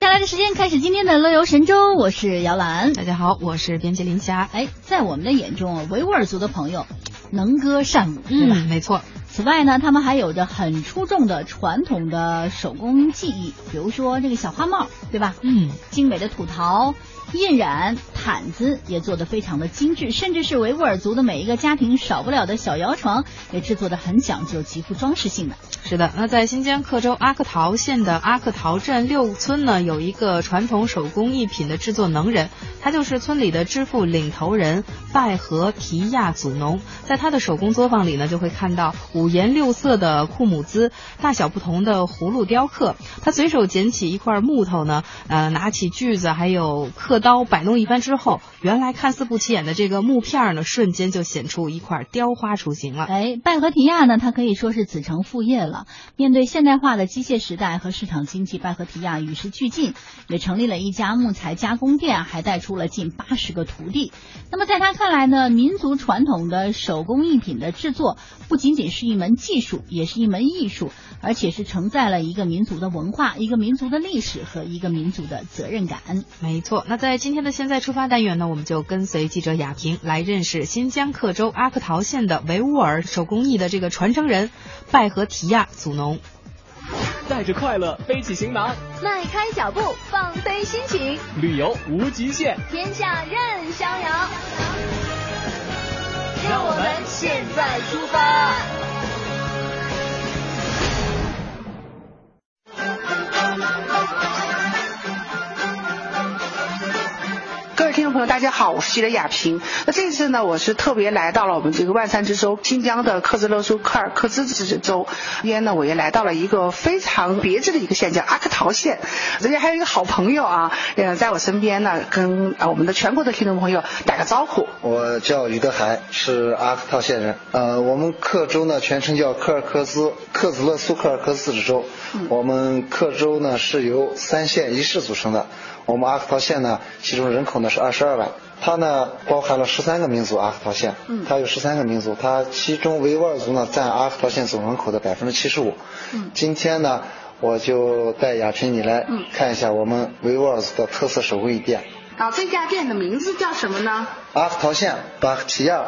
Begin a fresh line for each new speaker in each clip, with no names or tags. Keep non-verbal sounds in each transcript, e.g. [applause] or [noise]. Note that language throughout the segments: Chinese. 来的时间开始今天的乐游神州，我是姚兰。
大家好，我是编辑林霞。
哎，在我们的眼中，维吾尔族的朋友能歌善舞，对吧？
嗯，没错，
此外呢，他们还有着很出众的传统的手工技艺，比如说这个小花帽，对吧？
嗯，
精美的土陶、印染、毯子也做得非常的精致，甚至是维吾尔族的每一个家庭少不了的小摇床，也制作的很讲究，极富装饰性的。
是的。那在新疆克州阿克陶县的阿克陶镇六村呢，有一个传统手工艺品的制作能人，他就是村里的支付领头人拜合皮亚祖农。在他的手工作坊里呢，就会看到五颜六色的库姆兹，大小不同的葫芦雕刻。他随手捡起一块木头呢，呃，拿起锯子还有刻刀摆弄一番之后，原来看似不起眼的这个木片儿呢，瞬间就显出一块雕花雏形了。
哎，拜合提亚呢，它可以说是子承父业了。面对现代化的机械时代和市场经济，拜合提亚与时俱进，也成立了一家木材加工店，还带出了近八十个徒弟。那么在他看来呢，民族传统的手工艺品的制作，不仅仅是一门技术，也是一门艺术，而且是承载了一个民族的文化、一个民族的历史和一个民族的责任感。
没错，那在今天的现在出发单元呢，我们就跟随记者雅萍来认识新疆克州阿克陶县的维吾尔手工艺的这个传承人拜合提亚祖农。
带着快乐背起行囊，
迈开脚步，放飞心情，
旅游无极限。
天下任逍遥。让我们现在出发。
各位听众朋友，大家好，我是记者雅萍。那这次呢，我是特别来到了我们这个万山之州，新疆的克孜勒苏克尔克孜自治州。今天呢，我也来到了一个非常别致的一个县，叫阿克陶县。人家还有一个好朋友啊，呃，在我身边呢，跟呃我们的全国的听众朋友打个招呼。
我叫于德海，是阿克套县人。呃，我们克州呢，全称叫柯尔克孜克孜勒苏克尔克孜自治州。我们克州呢是由三县一市组成的。我们阿克陶县呢，其中人口呢是二十二万，它呢包含了十三个民族。阿克陶县，它有十三个民族，它其中维吾尔族呢占阿克陶县总人口的百分之七十五。今天呢，我就带雅群你来看一下我们维吾尔族的特色手工艺店。
啊，这家店的名字叫什么呢？
阿克陶县巴克提亚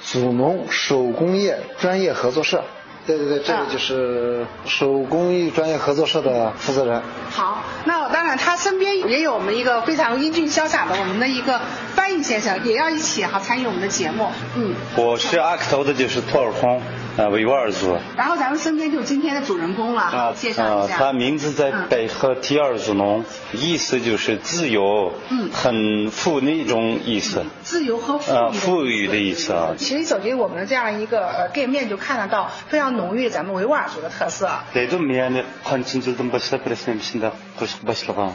祖农手工业专业合作社。啊对对对，这个就是手工艺专业合作社的负责人。
好，那当然，他身边也有我们一个非常英俊潇洒的我们的一个翻译先生，也要一起哈、参与我们的节目。嗯，
我是阿克头的，就是托尔洪，呃，维吾尔族。
然后咱们身边就是今天的主人公了，哈啊介绍一下。嗯
啊他名字在北和提尔族农，意思就是自由，
嗯
很富那种意思，
自由和富裕的
呃，富裕的意思啊。
其实走进我们的这样一个呃店面，就看得到非常浓郁咱们维吾尔族的特色。
Dedim yani kancıncıldım başına birisinin içinde koşup başlagan.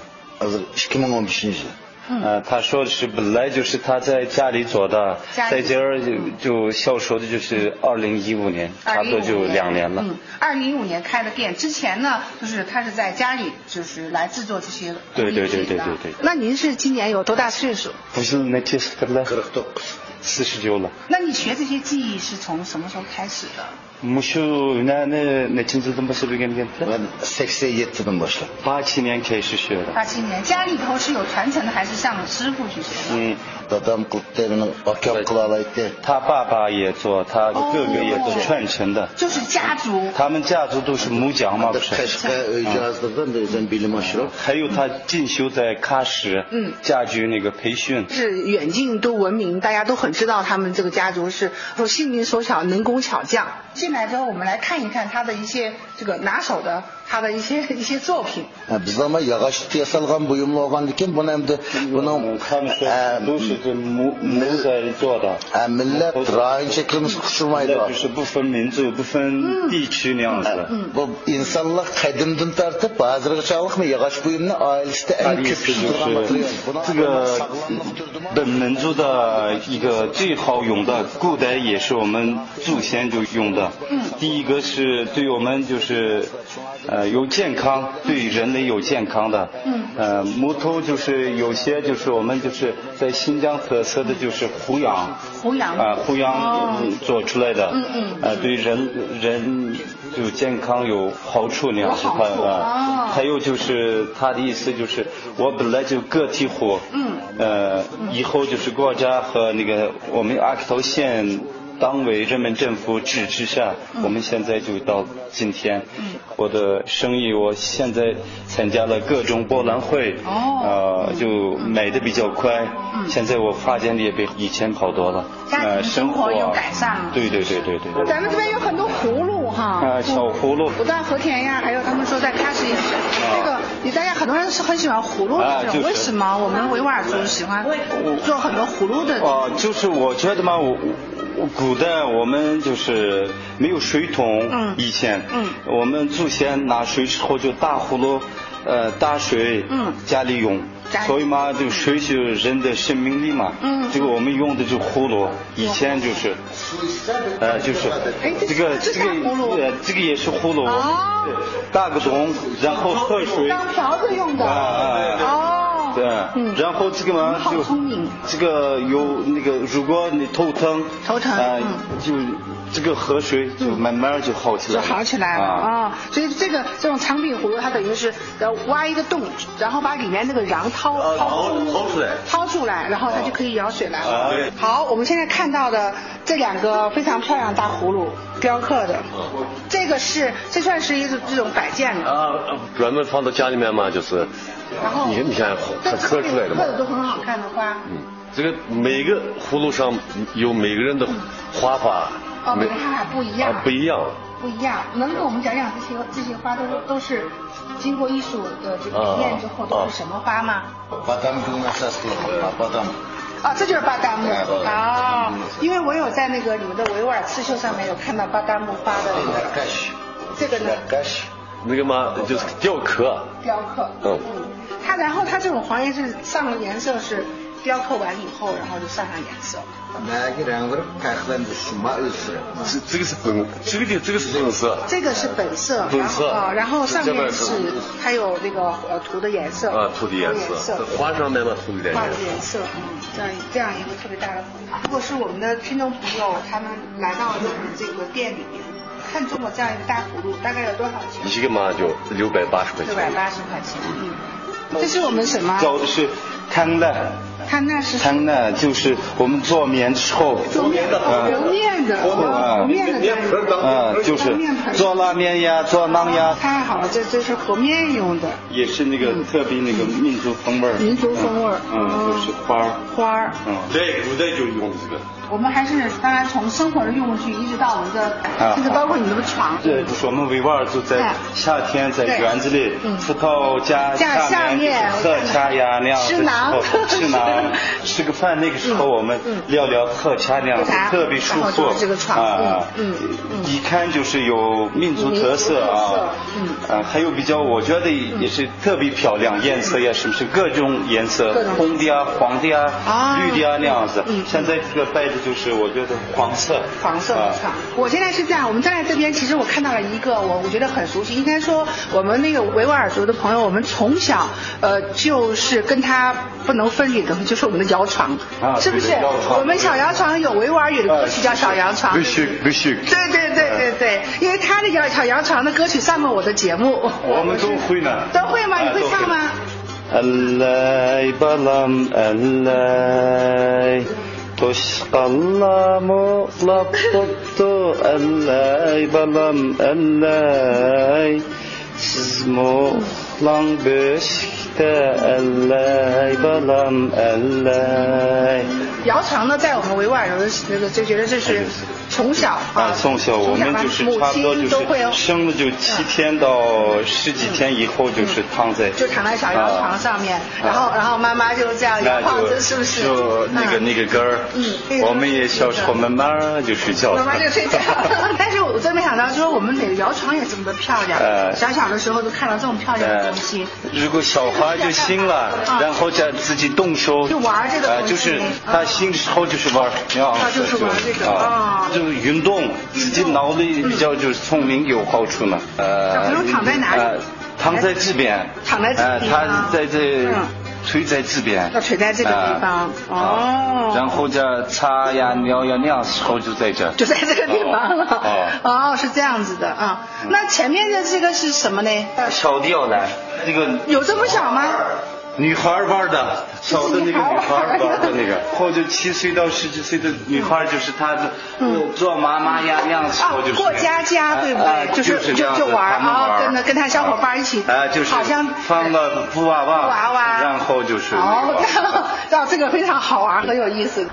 嗯
呃，他说的是本来就是他在家里做的，
家里
在这儿就就销售的就是二零一五年，差不多就两年了。
嗯，二零一五年开的店，之前呢，就是他是在家里就是来制作这些。
对对对对对对
那您是今年有多大岁数？
不是那七十了，四十九了。
那你学这些技艺是从什么时候开始的？
木秀那那那金子怎么是不跟跟？八七年开始学的。
八七年，家里头是有传承的，还是向师傅去学的？
嗯，他爸爸也做，他
哦
哥哥也做传承的。
就是家族。
他们家族都是木匠嘛，不是？还有他进修在喀什，
嗯
家居那个培训，
是远近都闻名，大家都很知道他们这个家族是说心灵手巧，能工巧匠。进来之后，我们来看一看他的一些这个拿手的，他的一些一些作品。
Biz ama yağış diye salgan buyumlu olgan diken bunu hem de
嗯
bunun
他们
e,
说都是这木木材做的。
e, millet rayın çekilmiş
那
kusurmaydı.
就是不分民族、不分地区那样子的。
Bu insanlık kadimden tartıp hazırgı çağlık mı yağış buyumlu ailesi de
它
en
的意思
köpüşü
就
duran
是
materyal. Buna
这个
sağlamlık durdu mu?
本民族的一个最好用的，古代也是我们祖先就用的。
嗯
第一个是对我们就是呃有健康，对人类有健康的。
嗯
呃，木头就是有些就是我们就是在新疆特色的就是胡杨。
胡杨
啊，胡
哦
杨做出来的，
嗯嗯
呃，对人人就健康有好处那样子，
有好处
它呃
哦
还有就是他的意思就是，我本来就个体户，
嗯，
呃，以后就是国家和那个我们阿克头县党委人民政府支持下，
嗯
我们现在就到今天，我的生意我现在参加了各种博览会，
哦嗯
呃，就买的比较快，现在我发展的也比以前好多了，
家庭
呃，
生
生
活
活
有改善了
对对对对对对。
咱们这边有很多葫芦哈，
啊，小葫芦，
不但和田呀，还有他们说在喀什也是这个，你大家很多人是很喜欢葫芦
啊
的这
就
种，
是
为什么我们维吾尔族喜欢做很多葫芦的？
[laughs] 哦、就是我觉得嘛，我我古代我们就是没有水桶，
嗯
以前，
嗯
我们祖先拿水之后就大葫芦，呃，大水，
嗯
家里用
家里，
所以嘛，这个水就是人的生命力嘛，
嗯
这个我们用的就葫芦，以前就是，呃，就是
哎这
这个
这
这
是
个
大葫芦
呃这个也是葫芦，
哦
对大个桶，然后喝水，
当瓢子用的。
啊啊啊
哦，
对，
嗯
然后这个嘛
你好
就
聪明
这个有那个，如果你头疼，
头疼
呃
嗯
就这个河水就慢慢就好起
就
来，
好起来了
啊。
啊、所以这个这种长柄葫芦，它等于是呃挖一个洞，然后把里面那个瓤掏
呃
掏
掏掏出来
掏出来，然后它就可以舀水来了
啊对。
好，我们现在看到的这两个非常漂亮的大葫芦，雕刻的，这个是这算是一种这种摆件了。
嗯啊，专门放到家里面嘛，就是
然后，
你看你看它
但
刻出来的
刻的
嘛。
都很好看的花。
嗯，这个每个葫芦上有每个人的花法，
哦，每个花法不一样，
啊不一样。
不一样。能给我们讲讲这些这些花都都是经过艺术的这
啊
个提炼之后都是什么花吗？
badam duna sasla badam
啊，这就是巴旦木
哎对
啊，因为我有在那个你们的维吾尔刺绣上面有看到巴旦木花的那个
gash
这个呢
gash
那个嘛，就是雕刻，
雕刻，
嗯
它然后它这种黄颜是上了颜色是雕刻完以后，然后就上上颜色，
nagi rangur kaxlandı sima üsre
这这个是本，这个就这个是本色，
这个是本色，
本
然后
色
啊，然后上
这
面
边是
是还有那个呃涂的颜色
啊，涂的颜
涂
色，花上面嘛涂的颜
画的
色。
颜色，嗯，这样这样一个特别大的幅度。如果是我们的听众朋友，他们来到我们这个店里面，看中了这样一个大葫芦，大概有多少钱？
一个嘛就六百八十块
六百
钱。
八十块钱。嗯，这是我们什么？
找的是汤辣，
它那是
汤辣就是我们做面之后，
揉面的，
啊
揉面的，
啊
和面的这样一个。
啊，就是
面盆
做拉面呀，做馕呀，
太好了，这这是和面用的
也是那个特别那个民族风味儿，
民族风味儿
嗯，就是花儿，
花儿。
嗯。
对，古代就用这个。
我们还是当然从生活的用具一直到我们的，这个包括你们的床，
啊对，就是我们维吾尔族在
哎
夏天在
对
园子里
嗯，
葡萄架
架下
下
面
面就是喝茶呀那样
吃
的时候
[laughs] 馕
吃馕，吃个饭那个时候我们聊聊喝茶那样
嗯喝茶
特别舒
然后就
服
是这个床
啊
嗯嗯嗯，
一看就是有民族特色
民族特色
啊
嗯，
啊还有比较我觉得也是特别漂亮，颜色呀是不是各种颜色
各种，
红的呀黄的呀
啊
绿的呀那样子
嗯嗯，
现在这个摆的就是我觉得黄色，
黄色
啊
的床。我现在是这样，我们站在这边，其实我看到了一个我我觉得很熟悉，应该说我们那个维吾尔族的朋友，我们从小呃就是跟他不能分离的，就是我们的摇床，
啊
是不是
对对摇？床啊
我们小摇床有维吾尔语的歌曲叫小摇床。
必须必须。
对对对对对，因为他的摇小摇床的歌曲上过我的节目，
我们都会呢
都会吗？你
哎
会
都会
唱吗？
Allay balam allay Toshqallamu laptoptu allay balam allay Siz muhlan beşikte allay balam allay
摇床呢，在我们维吾尔人那个就觉得这是从小
啊，哎从小我们就是
母
差不多就
亲
是
都会有
生了就七天到十几天以后就是躺在
嗯就躺在小摇床上面，然后然后妈妈就这样摇
啊那
晃
就
着，是不是？
就那个
嗯
那个根儿，
嗯那个
我们也小时候慢慢就睡觉了。
妈妈就睡
[laughs]
觉， [laughs] 但是我真没想到，说我们每个摇床也这么的漂亮。
呃
小小的时候就看到这种漂亮的
呃
东西，，
如果小孩就醒了
嗯，
然后再自己动手，
就玩这个
呃
东西
就是
嗯
他醒的时候就是玩，啊
他就是玩这个啊
就是运动，自己脑力比较就是聪明有好处呢。呃，
小朋友躺在哪里
呃躺在这边，
躺在这边啊
呃他在这
嗯
垂在这边，
要垂在这个地方
啊
哦
然后这擦呀、尿呀、尿时候就在这，
就在这个地方了。
哦
[laughs]
嗯
哦，是这样子的啊。那前面的这个是什么呢？呃
小的要来，那个
有这么小吗？
女孩儿弯的，小的那个女孩儿弯的那
[laughs]
个，或者七岁到十几岁的女孩，就是她的呃
嗯
做妈妈呀那样时
啊
候就是，
过家家对不
哎哎
对？
就是这
就
样子
就玩
他们
啊，
玩
跟着跟他小伙伴一起，
哎，就是
好像
放个布娃娃，
娃娃
然后就是那个
哦哦，那这个非常好玩，很有意思。